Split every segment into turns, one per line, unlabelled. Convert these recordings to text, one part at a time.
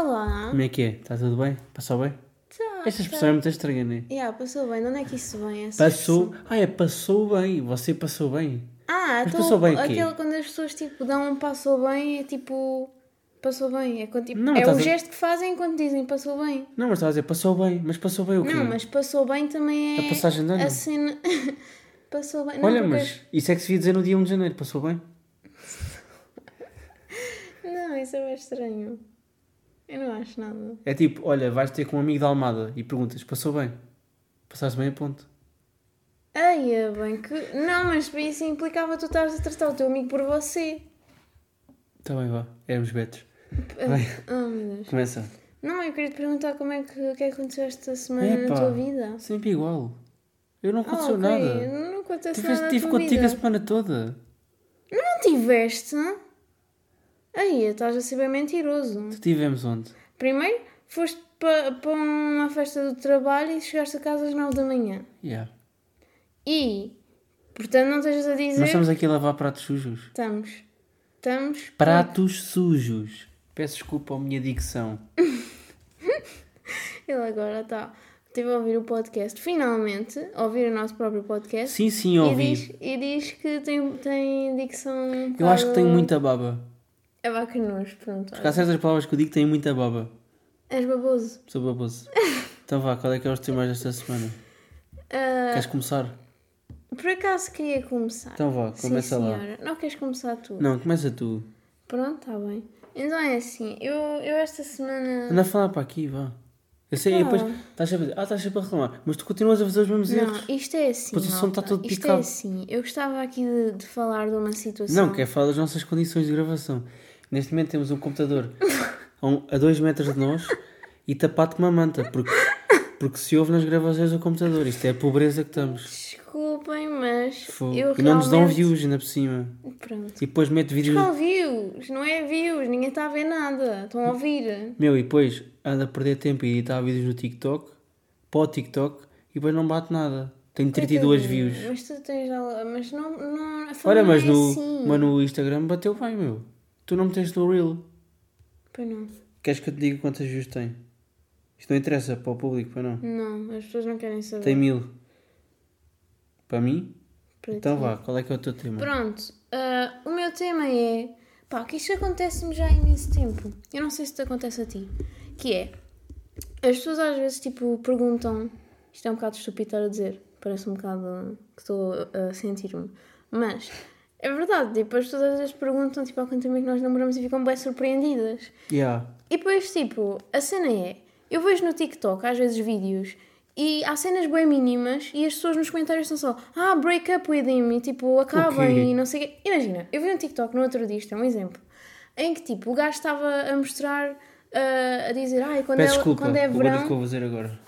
Olá!
Como é que é? Está tudo bem? Passou bem?
Tá,
Esta expressão é muito estranha, não é?
Yeah, passou bem. De onde é que isso vem? essa
Passou. Ah, é passou bem. Você passou bem.
Ah, então
passou bem o quê?
aquele quando as pessoas tipo dão um passou bem é tipo. Passou bem. É, quando, tipo,
Não,
é
estás
o
a-
gesto que fazem quando dizem passou bem.
Não, mas estava a dizer passou bem. Mas passou bem o quê?
Não, mas passou bem também é.
A passagem de ano?
A cena. passou bem. Não,
Olha,
porque-
mas isso é que se devia dizer no dia 1 de janeiro. Passou bem?
Não, isso é bem estranho. Eu não acho nada.
É tipo, olha, vais ter com um amigo da Almada e perguntas, passou bem? Passaste bem a ponto?
Ai, é bem que. Não, mas isso implicava tu estares a tratar o teu amigo por você.
Está Tá bem, vá. Éramos betos. Bem,
Ah, meu Deus.
começa.
Não, eu queria te perguntar como é que, o que é que aconteceu esta semana
Epá.
na tua vida.
Sempre igual. Eu não aconteceu
Ah, ok.
nada.
Não
Tu
acontece
fez,
nada na
tive
tua
contigo
vida.
a semana toda.
Não tiveste? né? Aí, estás a ser bem mentiroso.
Tu tivemos onde?
Primeiro, foste para uma festa do trabalho e chegaste a casa às 9 da manhã.
Yeah.
E, portanto, não estejas a dizer...
Nós estamos aqui a lavar pratos sujos.
Estamos. Estamos.
Pratos sujos. Peço desculpa à minha dicção.
Ele agora está... Esteve a ouvir o podcast, finalmente, a ouvir o nosso próprio podcast.
Sim, sim,
E
ouvi.
diz, e diz que tem, tem dicção. um
Eu acho que tenho
bocado-
muita baba.
É bacanujo, pronto.
Porque há certas palavras que eu digo que têm muita baba.
És baboso.
Sou baboso. Então vá, qual é que é os temas desta semana?
Ah,
Queres começar?
por acaso queria começar.
Então vá, começa
Sim,
lá.
senhora. Não queres começar tu?
Não, começa tu.
Pronto, está bem. Então é assim, eu, eu esta semana.
Anda a falar para aqui, vá. Eu sei, e depois estás sempre a dizer, ah, estás sempre a reclamar, mas tu continuas a fazer os mesmos erros.
Não, isto é assim.
Pois o som
malta,
está todo
Isto é
picado.
assim. Eu gostava aqui de, de falar de uma situação.
Não, é- quer falar das nossas condições de gravação. Neste momento temos um computador a, um, a dois metros de nós e tapado com uma manta, porque, porque se ouve nas gravações do computador. Isto é a pobreza que estamos.
Desculpem, mas.
Fogo.
Eu
E não nos dão
realmente-
views ainda por cima.
Pronto.
E depois mete vídeos.
Não views, não é views, ninguém está a ver nada. Estão a ouvir.
Meu, e depois anda a perder tempo a editar vídeos no TikTok, para o TikTok, e depois não bate nada. Tenho 32
Coitadinho,
views.
Mas tu tens lá. Mas não. não a fama
Olha,
não
mas
é
no,
Assim.
mas no Instagram bateu bem, meu. Tu não meteste no Reel.
Pois não.
Queres que eu te diga quantas views tem? Isto não interessa para o público, para não.
Não, as pessoas não querem saber.
Tem mil. Para mim?
Para
Então
ti.
vá, qual é que é o teu tema?
Pronto, ah, o meu tema é. Pá, que isto acontece-me já há imenso tempo. Eu não sei se te acontece a ti. Que é. As pessoas às vezes, tipo, perguntam. Isto é um bocado estúpido estar a dizer. Parece um bocado que estou a sentir-me. Mas. É verdade, tipo, as pessoas às vezes perguntam, tipo, há quanto tempo é que nós namoramos e ficam bem surpreendidas.
Yeah.
E depois, tipo, a cena é: eu vejo no TikTok às vezes vídeos e há cenas bem mínimas e as pessoas nos comentários estão só ah, break up with him e tipo,
O quê?
acabem e não sei o quê. Imagina, eu vi um TikTok no outro dia, isto é um exemplo, em que tipo, o gajo estava a mostrar, ah, a dizer, ai, quando,
Peço
ela-
desculpa,
quando é
o barulho
verão.
que eu vou fazer agora.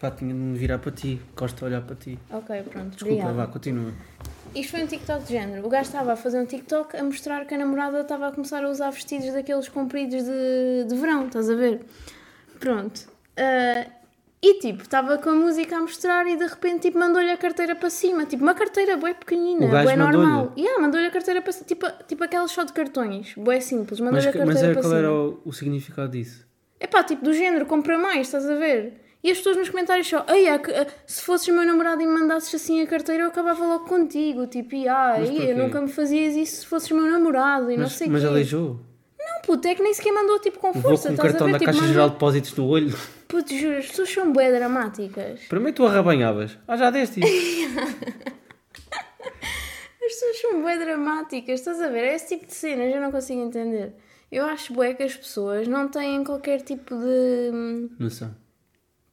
Pá, tinha de me virar para ti, gosto de olhar para ti.
Ok, pronto,
Desculpa,
obrigada.
vá, continua.
Isto foi um TikTok de género. O gajo estava a fazer um TikTok a mostrar que a namorada estava a começar a usar vestidos daqueles compridos de, de verão, estás a ver? Pronto. Ah, e tipo, estava com a música a mostrar e de repente tipo, mandou-lhe a carteira para cima. Tipo, uma carteira bem pequenina,
O gajo
bué
mandou-lhe?
normal. Yeah, mandou-lhe a carteira para cima. Tipo, tipo aquelas só de cartões, bué simples.
Mas,
Mandou-lhe a
que- mas
carteira
era,
para
qual
cima.
era o, o significado disso?
É pá, tipo, do género, compra mais, estás a ver? E as pessoas nos comentários só, ei, é que, é, se fosses meu namorado e me mandasses assim a carteira, eu acabava logo contigo. Tipo, e ai,
Mas porquê?
eu nunca me fazias isso se fosses meu namorado e não
Mas,
sei o
mas
quê.
aleijou.
Não, puto, é que nem sequer mandou tipo com
Vou
força,
com o
estás a
cartão
ver?
da
Tipo,
Caixa
mandou...
Geral de Depósitos no olho.
Puto, juro, as pessoas são bué dramáticas.
Primeiro tu arrabanhavas. Ah, já deste isso.
As pessoas são bué dramáticas, estás a ver? É esse tipo de cenas, eu não consigo entender. Eu acho bué que as pessoas não têm qualquer tipo de... hum,
Noção.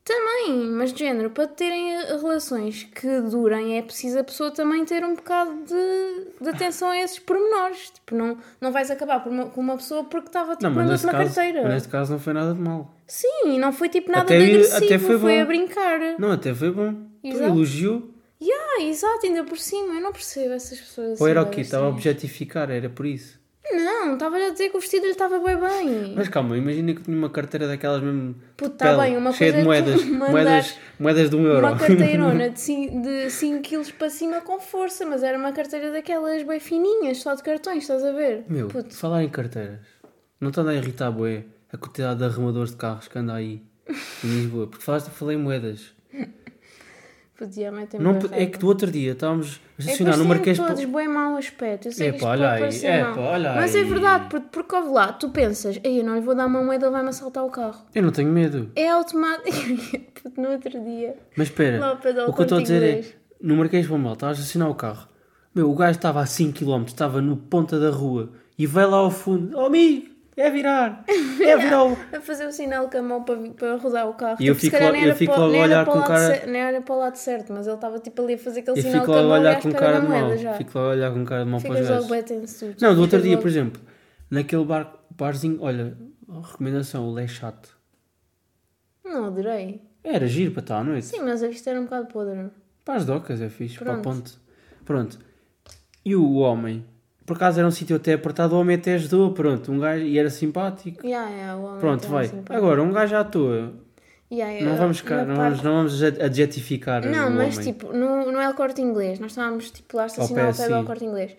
Também, mas de género, para terem eh, relações que durem é preciso a pessoa também ter um bocado de, de atenção a esses pormenores. Tipo, não, não vais acabar por uma- com uma pessoa porque estava tipo,
Não, mas
mandando
neste,
uma
caso,
carteira.
mas neste caso não foi nada de mal.
Sim, não foi tipo nada
Até-
de agressivo,
até foi
foi,
bom.
a brincar.
Não, até foi bom. Tu
Exato.
elogiou.
Yeah, exato, ainda por cima, eu não percebo essas pessoas assim.
Ou era o
bué
quê? Estava a
estranhas.
objetificar, era por isso.
Não, estava-lhe a dizer que o vestido lhe estava bem bem.
Mas calma, imagina que tinha uma carteira daquelas mesmo. de
Puto, tá
pele,
bem, uma
cheia de
coisa é tu
moedas.
mandar
moedas, moedas de um euro.
Uma carteirona de cin- de 5 quilos para cima com força, mas era uma carteira daquelas bem fininhas, só de cartões, estás a ver?
Meu,
Puto,
falar em carteiras. Não está a irritar, boé. A a quantidade de arrumadores de carros que anda aí em Lisboa. Porque falaste, falei em moedas.
Podia meter
Não,
bué
po- é
raiva.
que do outro dia estávamos a
É que
estacionar
eles
no
têm
Marquês de Pombal.
todos bem mau aspecto. Eu sei que isto
Epá,
pode
olha aí,
parecer
epá,
mau.
olha
Mas é
aí.
verdade, porque, porque ouve lá, tu pensas, ei, eu não lhe vou dar uma moeda, ele vai-me assaltar o carro.
Eu não tenho medo.
É automático. Puto, no outro dia.
Mas
Lá
espera,
ao pé do
o que eu estou
Alcantara
a dizer
inglês.
é, no Marquês de Pombal, estavas a assinar o carro. Meu, o gajo estava a 5km, estava no ponta da rua e vai lá ao fundo, oh amigo, é virar, é virar o...
A fazer o sinal com a mão para, vi- para rodar o carro. Tipo,
E eu
se
fico
calhar
logo-
nem
eu
era
fico
para-
logo
nem
a
era
olhar
para o
com
lado
cara-
cer- Nem era para o lado certo, mas ele estava tipo ali a fazer aquele
Eu
sinal
fico
com a
logo
mão
a
o
olhar
gajo
com
espera
cara
na
de
moeda
mal.
já.
Fico logo a olhar com cara de mal para os
Ficas logo
gajos.
bem tenso.
Não, do outro dia, por exemplo, naquele bar, barzinho, olha, recomendação, o Lé Chato.
Não, adorei.
Era giro para estar à noite.
Sim, mas a vista era um bocado podre.
Para as docas é fixe, para a
Pronto.
ponte. Pronto. E o homem? Por acaso era um sítio até apertado, o homem até ajudou, pronto, um gajo, e era simpático.
Yeah, yeah, o homem
Pronto,
tem
vai.
assim, pá.
Agora, um gajo à toa,
Yeah, yeah,
não vamos,
na
ca- não
parte-
vamos, não vamos adje- adjetificar
Não,
o
mas
um homem.
tipo, no, no El Corte Inglês, nós estávamos tipo lá estacionado ao pé
PSI.
do El Corte Inglês.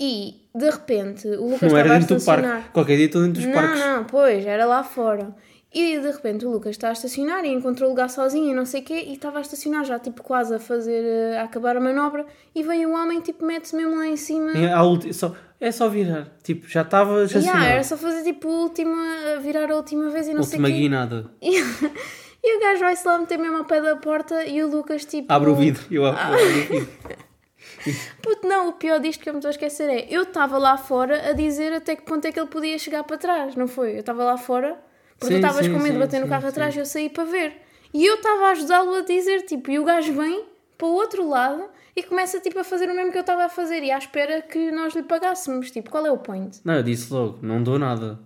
E de repente o Lucas
não
estava
era
a
dentro do parque,
estacionar.
qualquer dia estou dentro dos
não,
parques.
não, pois, era lá fora. E de repente o Lucas está a estacionar e encontrou o lugar sozinho e não sei o quê, e estava a estacionar já tipo quase a fazer, eh, a acabar a manobra, e vem o homem tipo mete-se mesmo lá em cima.
É, a ulti- só, é só virar, tipo, já estava
E, ah,
estacionado.
era só fazer tipo a última, a virar a última vez e não
Última
sei o quê.
guinada.
E, e o gajo vai-se lá meter mesmo ao pé da porta e o Lucas tipo.
Abre o vidro, eu abro,
Ah.
eu abro o vidro.
Puto, não, o pior disto que eu me estou a esquecer é eu estava lá fora a dizer até que ponto é que ele podia chegar para trás, não foi? Eu estava lá fora porque
Sim,
tu estavas
sim,
com medo de
sim,
bater no
sim,
carro
sim.
atrás e eu saí para ver. E eu estava a ajudá-lo a dizer, tipo, e o gajo vem para o outro lado e começa, tipo, a fazer o mesmo que eu estava a fazer e à espera que nós lhe pagássemos, tipo, qual é o point?
Não, eu disse logo, não dou nada.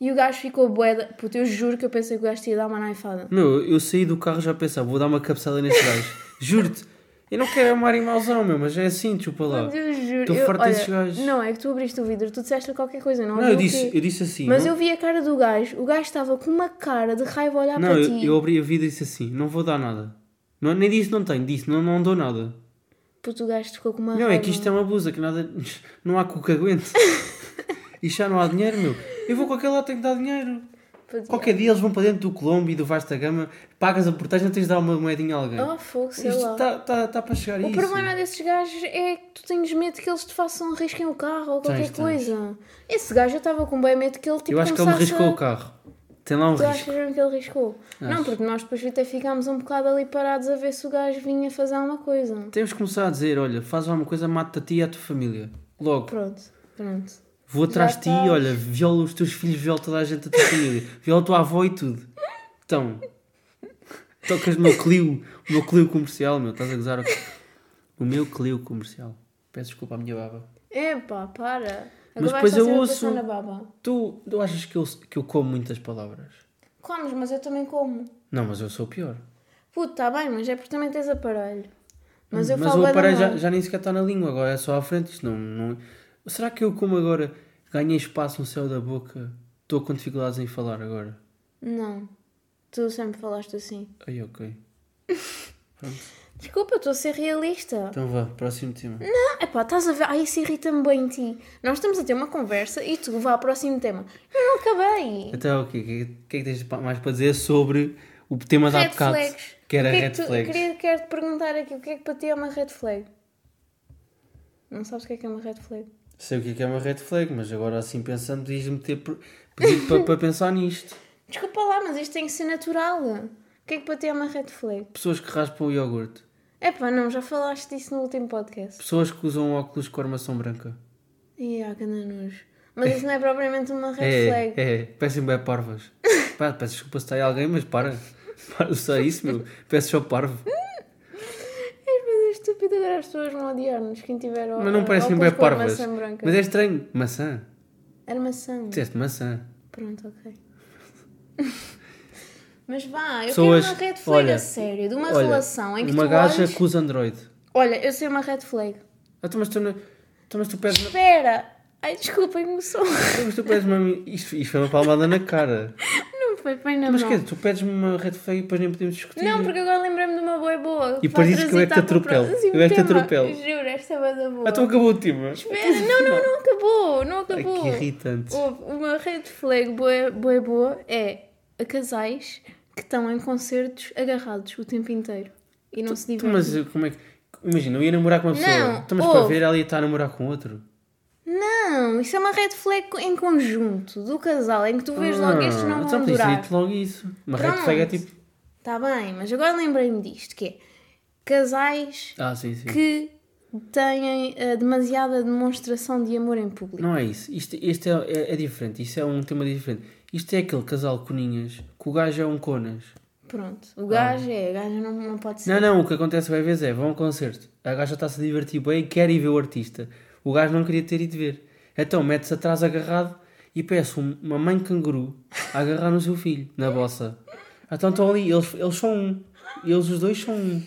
E o gajo ficou boeda, puto, eu juro que eu pensei que o gajo te ia dar uma naifada.
Meu, eu saí do carro já a pensar, vou dar uma cabeçada neste gajo. Juro-te. Eu não quero amar em mauzão, meu, mas é assim, chupa lá.
Puto, eu juro.
Estou
eu-
farto
olha,
desses gajos.
Não, é que tu abriste o vidro, tu disseste qualquer coisa, não
Não, eu
ouvi o
disse,
quê.
eu disse assim.
Mas
não,
eu vi a cara do gajo, o gajo estava com uma cara de raiva a olhar
não
para
eu,
ti.
eu abri a vida e disse assim, não vou dar nada. Não, nem disse não tenho, disse não, não dou nada.
Puto, o gajo ficou com uma
Não,
raiva.
é que isto é uma abusa, que nada. Não há cu que aguente. Isto já não há dinheiro, meu. Eu vou a qualquer lado, tenho que dar dinheiro.
Puto,
Qualquer dia eles vão para dentro do Colombo e do Vasta Gama, pagas a portagem, tens de dar uma moedinha a alguém.
Oh, fogo, sei
isto
lá.
está tá, tá para chegar a
O
isso.
problema desses gajos é que tu tens medo que eles te façam risquem o carro ou qualquer
Tens, tens.
coisa. Esse gajo eu estava com bem medo que ele tipo
eu acho que ele me
começasse
riscou
a-
o carro. Tem lá um
Tu
risco.
achas mesmo que ele riscou? Não, porque nós depois até ficámos um bocado ali parados a ver se o gajo vinha fazer alguma coisa.
Temos que começar a dizer, olha, faz alguma coisa, mata-te a ti e à tua família. Logo,
Pronto, pronto.
vou atrás de ti,
estás.
olha, viola os teus filhos, viola toda a gente da tua família, viola a tua avó e tudo. Então, tocas o meu Clio, o meu Clio comercial, meu, estás a gozar o- o meu Clio comercial. Peço desculpa à minha baba.
Epá, para. Agora
Mas
vais
depois
só
eu
ser uma
ouço-
pessoa na baba.
Tu, tu achas que eu, que eu como muitas palavras?
Comes, mas eu também como.
Não, mas eu sou o pior.
Puto, está bem, mas é porque também tens aparelho. Mas eu
Hum, o
falo bué da
aparelho
mal.
já, já nem sequer está na língua, agora é só à frente. Isto não, não... Será que eu, como agora, ganhei espaço no céu da boca, estou com dificuldades em falar agora?
Não. Tu sempre falaste assim.
Ai, ok.
Desculpa, eu estou a ser realista.
Então vá, próximo tema.
Não, epá, estás a ver. Ai, isso irrita-me bem em ti. Nós estamos a ter uma conversa e tu vá ao próximo tema. Eu não acabei.
Então, o que, o que é que tens pa- mais para dizer sobre o tema da
Red
bocado?
flags.
Que era
O que é
red
que tu-
flags.
Queria, quero te perguntar aqui o que é que para ti é uma red flag? Não sabes o que é que é uma red flag?
Sei o que é que é uma red flag, mas agora assim pensando, podias-me ter per- pedido para, para pensar nisto.
Desculpa lá, mas isto tem que ser natural. O que é que para ti é uma red flag?
Pessoas que raspam o iogurte.
Epá, não, já falaste disso no último podcast.
Pessoas que usam óculos com armação branca.
E há que nojo. Mas isso não é propriamente uma red
É,
flag.
é, parecem bem parvas. Pá, peço desculpa se está aí alguém, mas para. Para de usar isso, meu. Peço só parvo.
És bem É estúpido, agora as pessoas vão odiar-nos. Quem tiver ó-
Mas não parecem
óculos
bem
com
parvas.
maçã branca.
Mas é estranho. Maçã.
Era maçã.
Disseste maçã.
Pronto, ok. Mas vá, eu
Pessoas-
quero uma red flag
olha,
a sério, de uma
Olha,
relação em que
Uma
tu
gaja
olhes...
que usa Android.
Olha, eu sei uma red flag.
Ah, então, mas tu, não- então, mas tu pedes.
Espera! Ai, desculpa, emoção.
então, Mas tu pedes uma... isto, isto foi uma palmada na cara.
Não foi bem na
Mas
mão.
quer dizer, tu pedes-me uma red flag e depois nem podemos discutir.
Não, porque agora lembrei-me de uma boa boa.
E depois dizes que eu é que te atropelo. Eu é que te atropelo.
Juro, conversa vai dar boa.
Então acabou o tema.
Espera, não, não, não acabou, não
Ai,
acabou.
que irritante.
Houve uma red flag boa, boa, boa é a casais que estão em concertos agarrados o tempo inteiro e não se
Então,
divertem.
mas como é que. Imagina, eu ia namorar com uma pessoa.
Não,
então, mas para
ouve.
ver, ela ia estar a namorar com outro.
Não, isso é uma red flag co- em conjunto do casal, em que tu vês logo estes não
então,
vão
por isso,
durar.
digo-te logo isso. Uma red flag é
Pronto.
tipo.
Está bem, mas agora lembrei-me disto, que é casais
Ah, sim, sim.
que têm eh, demasiada demonstração de amor em público.
Não é isso. Isto, isto é, é- é diferente. Isto é um tema diferente. Isto é aquele casal coninhas que o gajo é um conas.
Pronto, o gajo é, a gaja não, não pode ser.
Ah. Não, não. O que acontece bem vezes é vão a um concerto. A gaja está-se a divertir bem e quer ir ver o artista. O gajo não queria ter ido ver. Então mete-se atrás agarrado e peço uma mãe canguru a agarrar no seu filho, na bossa. Então estão ali. Eles, eles são um. Eles os dois são um.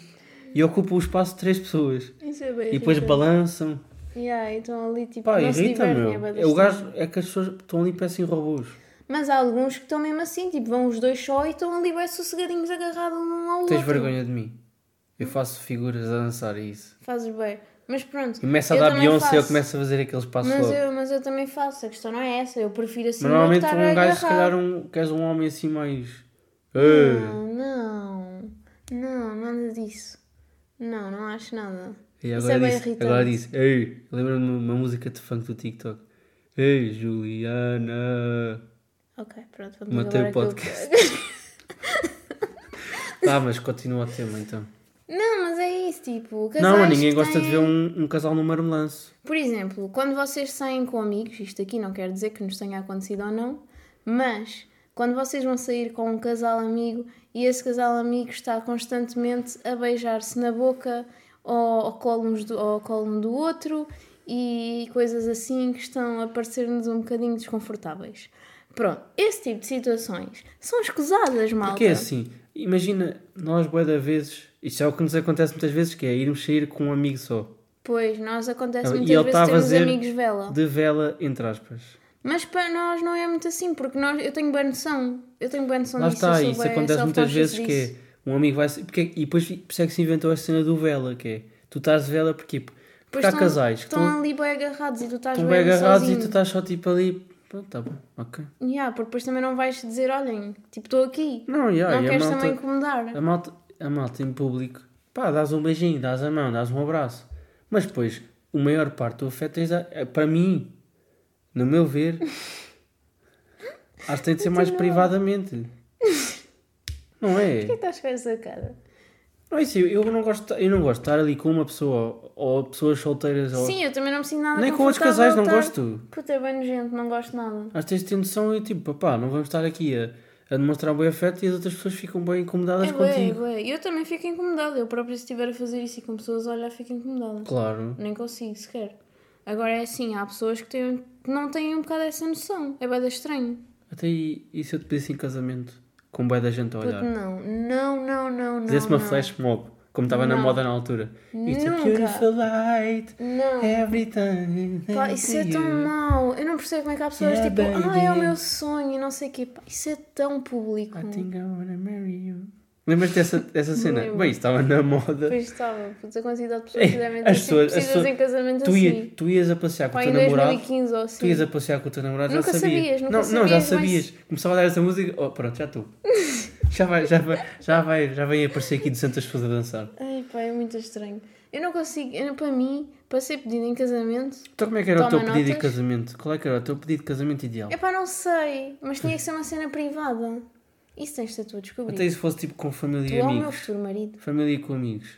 E ocupam o espaço de três pessoas.
Isso é bem
E depois
irritante.
balançam.
Yeah, e estão ali tipo,
Pá,
não se
irrita,
divertem,
meu.
bué da
É, o
estranho.
gajo é que as pessoas estão ali parecem robôs.
Mas há alguns que estão mesmo assim, tipo, vão os dois só e estão ali bem sossegadinhos agarrados um ao outro.
Tens vergonha de mim? Eu faço figuras a dançar, é isso.
Fazes bem. Mas pronto.
Começa a
eu
dar
também
Beyoncé e eu
faço.
começo a fazer aqueles passos
Mas
logo.
eu, mas eu também faço, a questão não é essa, eu prefiro assim
Mas normalmente
não
um
estar
gajo,
agarrado. Hum.
se calhar, um, queres um homem assim mais.
Não,
um-
não, não, nada disso. Não, não acho nada.
Ei,
Isso
agora
é bem
disse,
irritante.
agora disse, ei, lembra-me de uma música de funk do TikTok. Ei, Juliana.
Ok, pronto, vamos
Matei o
acabar aqui
podcast. Tá, mas continua o tema então.
Não, mas é isso, tipo, casais
não, mas ninguém
que
gosta de
têm-
ver um, um casal no marmelanço.
Por exemplo, quando vocês saem com amigos, isto aqui não quer dizer que nos tenha acontecido ou não, mas quando vocês vão sair com um casal amigo e esse casal amigo está constantemente a beijar-se na boca ou ao colo, uns do, ou ao colo um do outro e coisas assim que estão a parecer-nos um bocadinho desconfortáveis. Pronto, esse tipo de situações são escusadas, malta.
Porque é assim, imagina, nós, boa da vezes, isto é o que nos acontece muitas vezes, que é irmos sair com um amigo só.
Pois, nós acontece
E
muitas
ele
vezes
está a
termos
fazer
amigos vela.
De vela, entre aspas.
Mas para nós não é muito assim, porque nós, eu tenho boa noção. Eu tenho boa noção
Lá
disso.
está,
eu sou
isso
bué
acontece muitas
self-conscious
vezes que é,
disso.
um amigo vai. se- Porque, é- e depois por isso é que se inventou a cena do vela, que é tu estás de vela porque, tipo, porque
Pois
há
estão-
casais que
estão
estão
ali bem agarrados e tu estás
estão bem agarrados
sozinho.
e tu estás só tipo ali. Pronto, tá bom, ok.
Yeah, porque depois também não vais dizer, olhem, tipo, estou aqui.
Não, yeah,
não
Ah, e a
queres também
malta,
incomodar.
a, malta, a malta em público, pá, dás um beijinho, dás a mão, dás um abraço. Mas depois, o maior parte do afeto tens a- é para mim, no meu ver, acho que tem de ser mais privadamente. Não é?
Porquê que estás com essa cara?
Não, é isso, eu, eu não gosto, eu não gosto de estar ali com uma pessoa ou pessoas solteiras ou
Sim, eu também não me sinto nada
nem com outros casais, não gosto.
Puta, é bem nojento, não gosto nada.
Às vezes tem noção e tipo, papá, não vamos estar aqui a, a demonstrar bom afeto e as outras pessoas ficam bem incomodadas
É bué, é
contigo.
bué. Eu também fico incomodada. Eu própria, se estiver a fazer isso e com pessoas a olhar, fico incomodada.
Claro.
Nem consigo sequer. Agora é assim, há pessoas que, têm, que não têm um bocado essa noção. É bem estranho.
Até e, e se eu te pedisse em casamento com bem da gente a
Puto,
olhar?
não, não, não, não, não.
Fizesse uma
não.
flash mob, como estava na
Não.
moda na altura. It's a
Nunca.
beautiful light,
Não.
every time.
Pá,
I
isso é
see
tão
you.
mau. Eu não percebo como é que há pessoas
Yeah,
tipo, ah, é o
baby."
meu sonho e não sei o quê. Pá, isso é tão público.
I think I wanna marry you. Lembras-te dessa, dessa cena?
Lembro.
Bem, isso estava na moda.
Pois estava, putz, a quantidade de pessoas que devem ter
As
sido
pessoas- as
precisas
pessoas-
em casamento
Tu, ia-
assim.
tu ias a passear com o
Pá,
teu
em
namorado.
2015 ou
Tu
assim.
ias a passear com o teu namorado,
Nunca
já sabias.
sabias, nunca
não, não, já
sabias,
sabias. Começava a dar essa música. Oh, pronto, já estou. já, vai, já, vai, já, vai, já vem aparecer aqui de Santas pessoas a dançar.
Ai, pá, é muito estranho. Eu não consigo, eu, para mim, para ser pedido em casamento,
Então, como é que era o teu
Toma
pedido de
notas.
casamento? Qual é que era o teu pedido de casamento ideal?
é pá, não sei, mas tinha que ser uma cena privada. Isso tens de tu a descobrir.
Até se fosse tipo com família
Tu
e
ou o meu
amigos.
futuro marido.
Família e com amigos.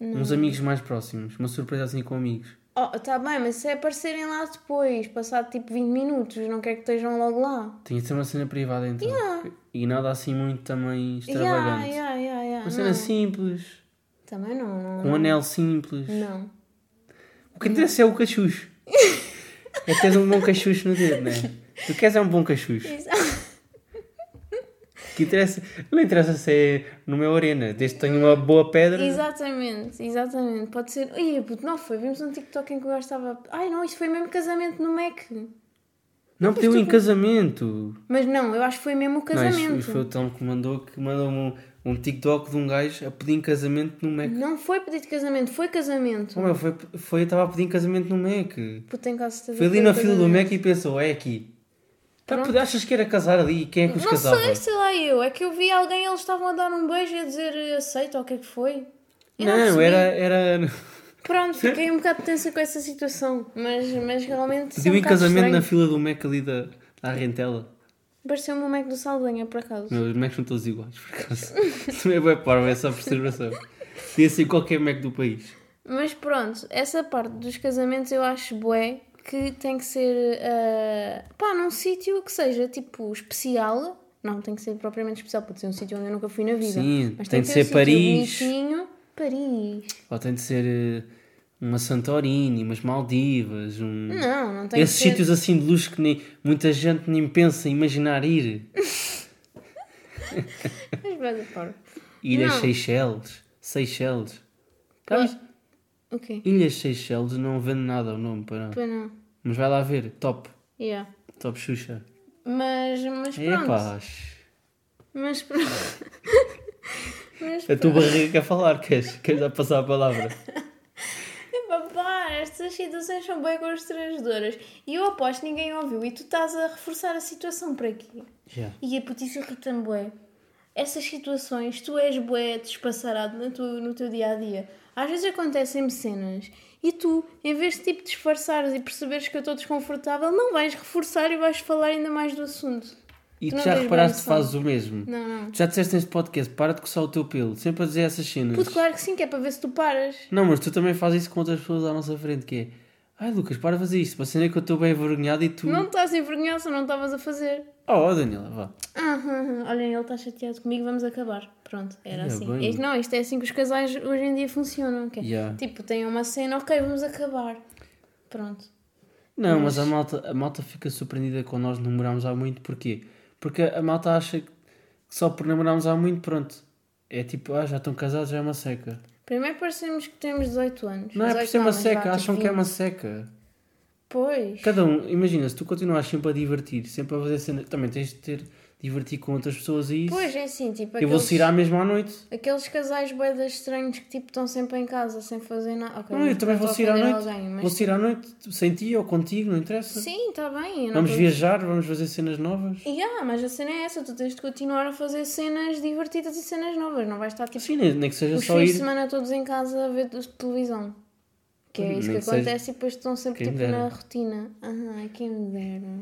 Uns amigos mais próximos. Uma surpresa assim com amigos.
Oh, tá bem, mas se é aparecerem lá depois, passado tipo 20 minutos, não quero que estejam logo lá.
Tinha de ser uma cena privada então.
Yeah.
E nada assim muito também
Yeah,
extravagante.
yeah, yeah, yeah.
Uma cena
não.
simples.
Também não, não.
Um anel simples.
Não.
O que interessa é o cachucho. é teres um bom cachucho no dedo, não é? Tu queres é um bom cachucho.
Isso-
O que interessa, não interessa se é no meu arena, desde que tenha uma boa pedra.
exatamente, exatamente. Pode ser. Ih, puto, não foi. Vimos um TikTok em que o gajo estava. Ai não, isto foi mesmo casamento no Mac.
Não pediu
tu-
em casamento.
Mas não, eu acho que foi mesmo o
Não, isso-
casamento.
isso foi o Tom que mandou, que mandou um, um TikTok de um gajo a pedir em casamento no Mac.
Não foi pedido de casamento, foi casamento.
Oh, meu, foi, foi, eu estava a pedir em casamento no Mac.
Puta, tenho quase certeza
Foi
que
ali na
foi
fila do
casamento.
Mac e pensou, é aqui. Tá,
Pronto.
pode- achas que era casar ali? Quem é que os
Não
casava?
sei, sei lá eu. É que eu vi alguém, eles estavam a dar um beijo e a dizer aceita ou o que é que foi. Eu
Não,
percebi.
era, era...
é Pronto, fiquei um bocado tensa com essa situação. Mas, mas realmente. isso é
Pediu
um
em
bocado
casamento
estranho.
na fila do Mac ali da, da Rentela.
Pareceu-me o Mac do Saldanha, por acaso.
Meu, os Macs não todos iguais, por acaso. Também é bem parvo essa observação. Podia ser qualquer Mac do país.
Mas pronto, essa parte dos casamentos eu acho bué que tem que ser ah, pá, num sítio que seja tipo especial. Não, tem que ser propriamente especial, pode ser um sítio onde eu nunca fui na vida.
Sim,
mas
tem
que
de
ter um
ser
sítio
Paris.
bonitinho. Paris.
Ou tem de ser eh, uma Santorini, umas Maldivas, um...
Não, não tem
Esses
que ser.
sítios assim de luxo que nem, muita gente nem pensa em imaginar ir.
Mas vai de fora.
Ir a
Não.
Seychelles. Seychelles.
Pois.
Sabes?
O quê?
Ilhas Seychelles não vende nada o nome para nada.
Pois não.
Mas vai lá ver. Top.
Yeah.
Top Xuxa.
Mas, mas
É
pronto.
pá.
Mas pronto. mas
A tua barriga quer falar. Queres, queres já passar a palavra?
Papá, estas situações são bem constrangedoras. E eu aposto que ninguém ouviu. E tu estás a reforçar a situação para aqui.
Já.
E é a putícia irrita-me bué. Essas situações, tu és bué despassarado no teu, no teu dia-a-dia. Às vezes acontecem-me cenas e tu, em vez de tipo disfarçares e perceberes que eu estou desconfortável, não vais reforçar e vais falar ainda mais do assunto.
E
Tu
tu
não
já
tens
reparaste que
bem noção.
fazes o mesmo.
Não, não.
Tu já disseste neste podcast. Para de coçar o teu pelo. Sempre a dizer essas cenas.
Puto, claro que sim, que é para ver se tu paras.
Não, mas tu também fazes isso com outras pessoas à nossa frente. Que é... Ai Lucas, para de fazer isto. Uma cena que eu estou bem envergonhado e tu...
Não estás envergonhado se não estavas a fazer.
Oh, Daniela, vá.
Aham, olhem, ele está chateado comigo, vamos acabar. Pronto, era
É,
assim.
bem.
Isto- não, isto é assim que os casais hoje em dia funcionam. que é,
Yeah.
Tipo, tem uma cena, ok, vamos acabar. Pronto.
Não,
Mas-
mas, a, malta, a malta fica surpreendida quando nós namoramos há muito, porquê? Porque a malta acha que só por namorarmos há muito, pronto. É tipo, ah, já estão casados, já é uma seca.
Primeiro parecemos que temos 18 anos.
Não é por
18
ser uma
não, mas
seca,
vá,
acham
tipo
que é uma
20.
seca.
Pois.
Cada um, imagina, se tu continuas sempre a divertir, sempre a fazer cena, também tens de ter divertir com outras pessoas e isso.
Pois, é assim, tipo,
Eu vou sair à mesma à noite.
aqueles casais boedas estranhos que tipo estão sempre em casa sem fazer nada. Ok,
Não, eu
não
também vou
estou a
sair à
ofender
noite.
alguém, mas-
Vou sair à noite, sem ti ou contigo, não interessa.
Sim, está bem. eu não
Vamos
tô-
viajar, vamos fazer cenas novas.
Yeah, mas a cena é essa, tu tens de continuar a fazer cenas divertidas e cenas novas, não vais estar tipo
Sim, nem, nem que seja
os
só
fins de
ir.
semana todos em casa a ver televisão. Que é
Hum,
isso
nem
que
que seja-
acontece e depois estão sempre
Quem
tipo
dera.
na rotina. Ah, quem me dera.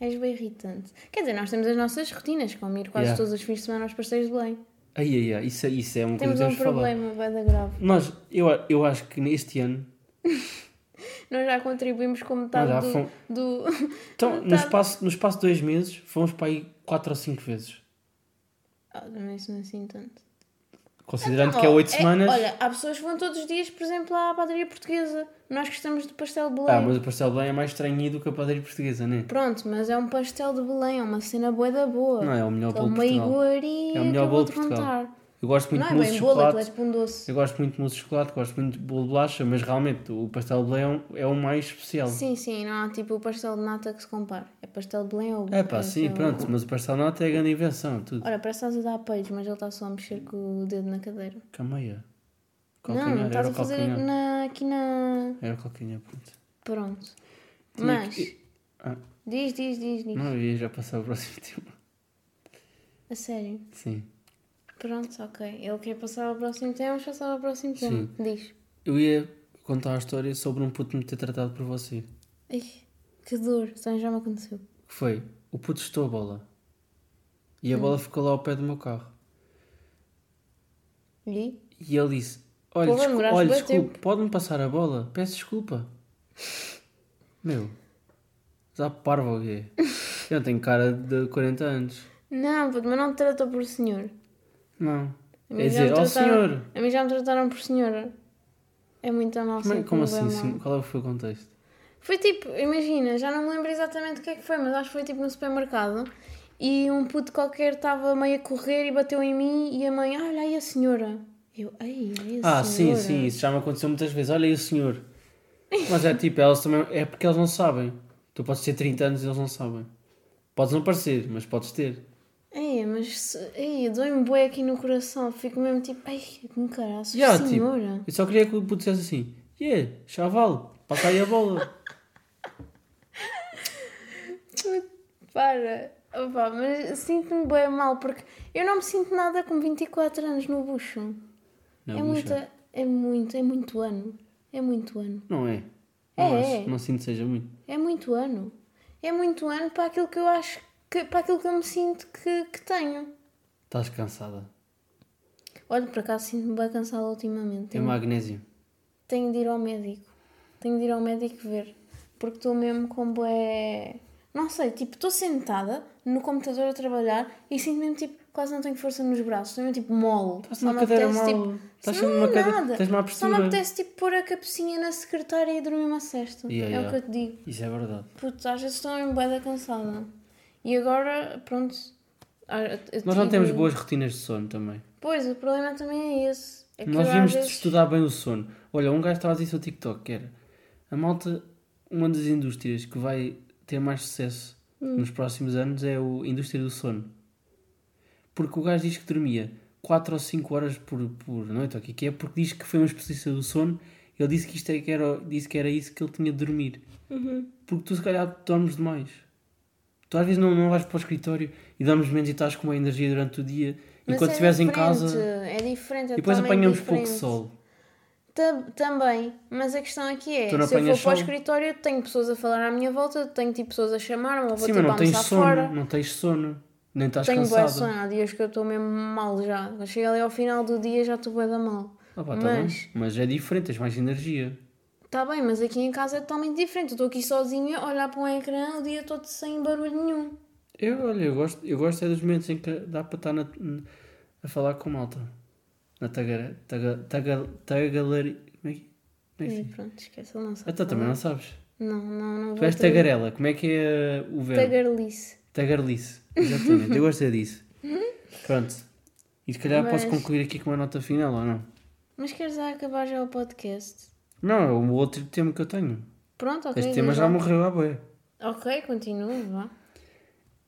És bem irritante. Quer dizer, nós temos as nossas rotinas, como ir quase
Yeah.
todos os fins de semana aos passeios de Belém.
Ai, ai, ai, isso, isso é uma
Temos
coisa
um
que temos de falar.
problema, vai da grave.
Nós, eu, a- eu acho que neste ano.
Nós já contribuímos com metade
Nós já
do,
fom-
do-
Então, no
Tá.
espaço, no espaço de dois meses, fomos para aí quatro ou cinco vezes.
Ah, também isso não é assim tanto.
Considerando
Não,
que é oito
é-
semanas.
Olha, há pessoas que vão todos os dias, por exemplo, à padaria portuguesa. Nós gostamos de pastel de Belém.
Ah, mas o pastel de Belém é mais estranho do que a padaria portuguesa, né?
Pronto, mas é um pastel de Belém, é uma cena boa da boa.
Não, é o melhor
É
bolo de
uma
Portugal.
iguaria
É o
que
melhor
eu
bolo
vou
de
te
Portugal.
contar.
Eu gosto muito
Não
de
é
mousse de
bem bolo, aquilo é
chocolate.
tipo um doce.
Eu gosto muito de mousse de chocolate, gosto muito de bolo de bolacha, mas realmente o pastel de Belém é o- é o mais especial.
Sim, sim, não há tipo o pastel de nata que se compara. É pastel de Belém ou...
É pá, sim,
aquele-
pronto, mas o pastel de nata é a grande invenção, tudo.
Ora, parece que estás a dar peidos, mas ele está só a mexer com o dedo na cadeira.
Cameia.
não, não
Calcanhar,
estás
era
a
o
fazer
calcanhar.
na- aqui na...
Era o calcanhar, pronto.
Pronto.
Tinha
Mas...
que- Ah.
Diz, diz, diz, diz.
Não, é. eu ia já passar o próximo tema.
A sério.
Sim.
Pronto, ok. Ele quer passar ao próximo tema, vamos passar ao próximo tema. Diz.
Eu ia contar a história sobre um puto me ter tratado por você.
Ai, que dor. Também já me aconteceu.
Que foi, o puto estou a bola. E
Hum.
a bola ficou lá ao pé do meu carro.
E?
E ele disse, olha,
Porra,
desculpa,
demoraste
olha,
bué
desculpa pode-me passar a bola? Peço desculpa. Meu, já parvo o quê? Eu não tenho cara de 40 anos.
Não, puto, mas não te tratou por senhor.
Não.
A mim
É
já
dizer,
me
ó
trataram-
senhor.
A mim já me trataram por senhora. É muito a nossa.
Como, é- como assim?
problema.
senhor? Qual é que foi o contexto?
Foi tipo, imagina, já não me lembro exatamente o que é que foi, mas acho que foi tipo no supermercado e um puto qualquer estava meio a correr e bateu em mim e a mãe, olha aí a senhora. Eu, ai, ai a
Ah, sim,
senhora.
sim, isso já me aconteceu muitas vezes. Olha aí o senhor. Mas é tipo, elas também. É porque elas não sabem. Tu podes ter 30 anos e eles não sabem. Podes não parecer, mas podes ter.
Ei, mas se- ei, dói-me boi aqui no coração. Fico mesmo tipo, ai, como caraças,
Yeah, tipo,
senhora.
Eu só queria que o puto dissesse assim: Yeah, chaval, passa aí a bola.
Para. Opa, mas sinto-me bem mal porque eu não me sinto nada com 24 anos no bucho. é
Não, bucha.
muita, é muito, é muito ano. É muito ano.
Não é.
É,
Não,
é.
acho, não sinto que seja muito.
É muito ano. É muito ano para aquilo que eu acho que para aquilo que eu me sinto que, que tenho.
Estás cansada.
Olha, por acaso sinto-me bem cansada ultimamente.
É
Tenho,
magnésio.
tenho de ir ao médico. Tenho de ir ao médico ver. Porque estou mesmo com bué. Não sei, tipo, estou sentada no computador a trabalhar e sinto mesmo tipo, quase não tenho força nos braços, estou mesmo tipo mole.
Estás
Só
numa
me
cadeira mal.
apetece, tipo,
Estás
não,
sempre numa cadeira.
nada.
Tens má
Só me
postura.
apetece tipo pôr a cabecinha na secretária e dormir uma cesta.
Yeah,
é
yeah.
o que eu te digo.
Isso é verdade.
Putz, às vezes estou em boeda cansada. E agora, pronto. ah, eu- eu
Nós não
digo-
temos boas rotinas de sono também.
Pois, o problema também é esse. É que
Nós
eu, às
vimos de
vezes-
estudar bem o sono. Olha, um gajo estava a dizer no TikTok que era a malta, uma das indústrias que vai ter mais sucesso
Hum.
nos próximos anos é o- a indústria do sono. Porque o gajo diz que dormia 4 ou 5 horas por, por noite, ou o que é que é, porque diz que foi um especialista do sono. Ele disse que, isto é que era, disse que era isso que ele tinha de dormir.
Uhum.
Porque tu, se calhar, dormes demais. Tu, às vezes, não, não vais para o escritório e dormes menos e estás com uma energia durante o dia.
Mas
e quando
é
estiveres em
diferente,
casa.
É diferente, é
E depois
totalmente
apanhamos pouco
diferente.
sol.
Ta- também, mas a questão aqui é:
Tu não
se eu for
apanhas
para o
sol?
escritório, eu tenho pessoas a falar à minha volta, eu tenho tipo pessoas a chamar-me, ou vou
Sim, mas
tipo
não tens
almoçar
sono,
fora.
não tens sono, nem estás
Tenho boa sono,
cansado.
há dias que eu estou mesmo mal já. Quando chego ali ao final do dia já estou bué da mal.
Ah pá, tá bem.
mas
mas... é diferente, tens mais energia.
Tá bem, mas aqui em casa é totalmente diferente. Eu estou aqui sozinha, a olhar para um ecrã o dia todo sem barulho nenhum.
Eu, olha, eu gosto, eu gosto é dos momentos em que dá para estar na- a falar com malta. Na tagara, taga, taga, tagalaria. Como é que como é? Que se
E
diz?
pronto, esquece, ele não sabe.
Até Então, também não sabes.
Não, não, não
Tu
vou.
és
ter-
tagarela, como é que é o verbo?
Tagarelice.
Tagarlice. Exatamente, eu gosto é disso. Pronto. E se calhar posso
Mas-
concluir aqui com uma nota final ou não?
Mas queres já acabar já o podcast?
Não, é o outro tema que eu tenho.
Pronto, ok.
Este tema
diz
já é
lá.
morreu à boia.
Ok, continua, vá.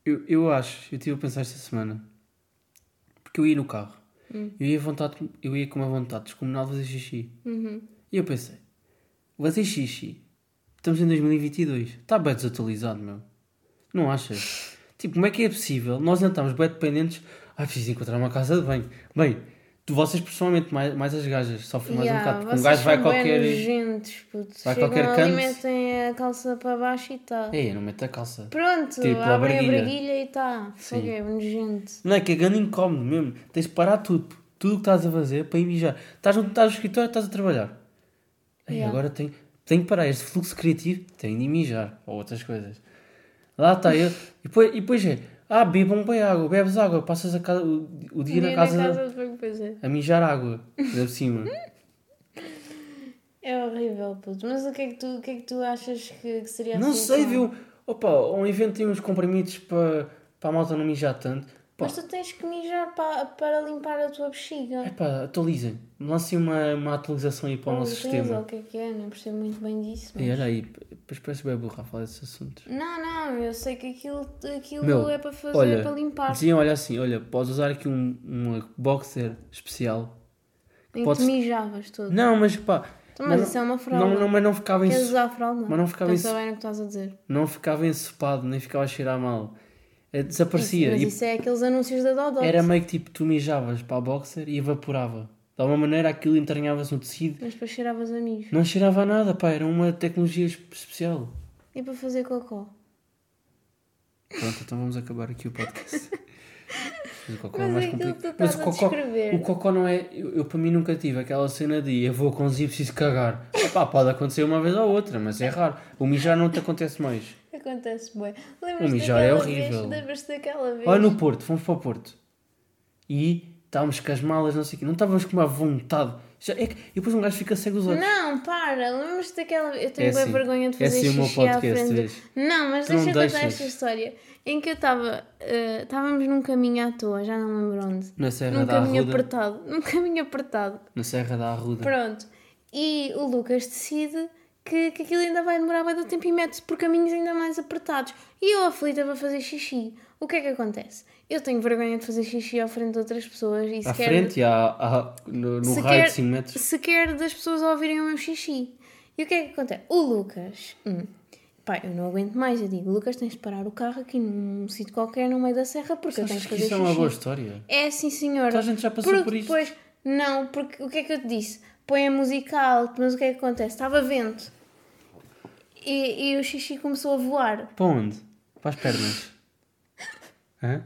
Eu, eu acho, eu estive a pensar esta semana, porque eu ia no carro,
Hum.
eu, ia vontade, eu ia com uma vontade descomunal de fazer xixi.
Uhum.
E eu pensei, fazer xixi, estamos em 2022, está bem desatualizado, meu. Não achas? Tipo, como é que é possível? Nós ainda estamos bem dependentes, ah, preciso encontrar uma casa de banho. Bem, tu, vocês pessoalmente, mais, mais as gajas, sofrem mais
Yeah,
um bocado, porque um
vocês
gajo vai a
são bué
qualquer...
Nojentes, puto.
vai a
Chegam
qualquer
ali,
canto.
metem a calça para baixo e tá.
Ei, eu não meto a calça.
Pronto,
Tipo, a
abrem a
braguilha.
braguilha e tá. Fogo, é nojento.
Não é que é grande incómodo mesmo. Tens de parar tudo. Tudo o que estás a fazer para ir mijar. Estás no, estás no escritório, estás a trabalhar. Aí
Yeah.
agora tenho, tenho que parar. Este fluxo criativo tem de ir mijar. Ou outras coisas. Lá está eu. E depois, e depois é. Ah, bebam bem água. Bebes água. Passas a casa, o, o
Um
dia na casa, assim,
de banho, pois é.
a mijar água. Lá por cima.
É horrível, puto. Mas o que é que tu, o que é que tu achas que, que seria assim, a
não sei,
solução?
viu? Opa, ou inventem uns comprimidos para, para a malta não mijar tanto. Pá,
Mas tu tens que mijar pa, para limpar a tua bexiga.
epá, atualizem. Lancem uma, uma atualização aí É para o
Ou
nosso
tens,
sistema. É.
ou O que é que é? Não percebo muito bem disso. mas-
E olha aí, depois parece bem burra a falar desses assuntos.
Não, não, eu sei que aquilo, aquilo
Meu,
é para fazer,
olha,
é para limpar.
Diziam, olha assim, olha, podes usar aqui um, um boxer especial.
Em
podes-
que mijavas todo.
Não, mas pá,
Então,
mas
mas
não-
isso é uma fralda.
não, não, mas não ficava,
Queres
enso...
usar a fralda?
mas não ficava
Pensa
enso-
bem no que estás a dizer.
não ficava ensopado, nem ficava a cheirar mal. É, Desaparecia.
Mas
E
isso é aqueles anúncios da Dodot.
era meio que tipo, tu mijavas para a boxer e evaporava. De alguma maneira aquilo entranhava-se no tecido.
Mas para cheirar aos amigos.
Não cheirava a nada, pá, era uma tecnologia espe- especial.
E para fazer cocó.
Pronto, então vamos acabar aqui o podcast. Mas o cocó é
Mas
mais
é aquilo que tu
complicado.
estás
Mas o
a
cocó,
descrever.
o cocó não é. Eu, eu, para mim nunca tive aquela cena de eu vou com zip preciso cagar. Epá, pode acontecer uma vez ou outra, mas é raro. O mijar não te acontece mais.
Acontece bem. Lembras-te
mijar é
daquela
horrível.
vez? Lembras-te daquela vez?
Olha no Porto, fomos para o Porto. E estávamos com as malas, não sei o quê. Não estávamos com uma vontade. Já, é que- e depois um gajo fica cego os olhos.
Não, para, lembras-te daquela. Eu tenho
É
bem
assim.
vergonha de
É
fazer
assim o meu
xixi à
podcast,
frente.
vês?
Não, mas
Tu não
deixa-me contar
deixas.
esta história. Em que eu estava. eh, Estávamos num caminho à toa, já não lembro onde.
Na Serra
Num
da
caminho
Arruda.
apertado. Num caminho apertado.
Na Serra da Arruda.
Pronto. E o Lucas decide que, que aquilo ainda vai demorar muito tempo e mete-se por caminhos ainda mais apertados. E eu aflita para fazer xixi. O que é que acontece? Eu tenho vergonha de fazer xixi à frente de outras pessoas e
À
sequer,
frente e à, à- no, no raio de 5 metros.
sequer das pessoas ouvirem o meu xixi. E o que é que acontece? O Lucas, hum, pá, eu não aguento mais. Eu digo, Lucas, tens de parar o carro aqui num sítio qualquer no meio da serra porque eu tenho
Achas
que
que
fazer
isso
xixi.
é uma boa história?
É sim, senhora.
Toda a gente já passou
Porque
por isto.
Depois, não, porque o que é que eu te disse? Põe a música alto, mas o que é que acontece? Estava vento. E, e o xixi começou a voar.
Para onde? Para as pernas. Hã?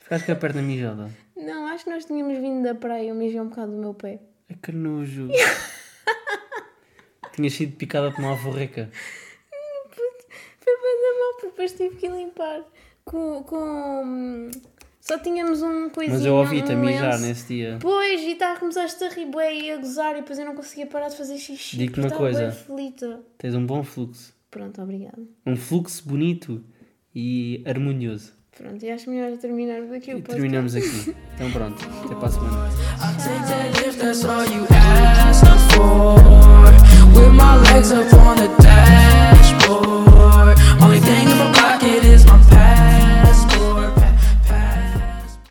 Ficaste com a perna mijada.
Não, acho que nós tínhamos vindo da praia, eu mijei um bocado do meu pé.
É que nojo. Tinha sido picada por uma alforreca.
Foi bem da mal, porque depois tive que limpar com... com... Só tínhamos um coisinho,
Mas eu ouvi-te a
um
mijar né?
lenço.
nesse dia.
Pois, e tá, começaste a rir bué e a gozar e depois eu não conseguia parar de fazer xixi. porque
Digo-te uma
estava
coisa.
bué aflita.
Tens um bom fluxo.
Pronto, obrigada.
Um fluxo bonito e harmonioso.
Pronto, e acho melhor terminar daqui o
E
podcast.
terminamos aqui. Então pronto, até para a semana.
I take that if that's all you asked for. With my legs up on the dash.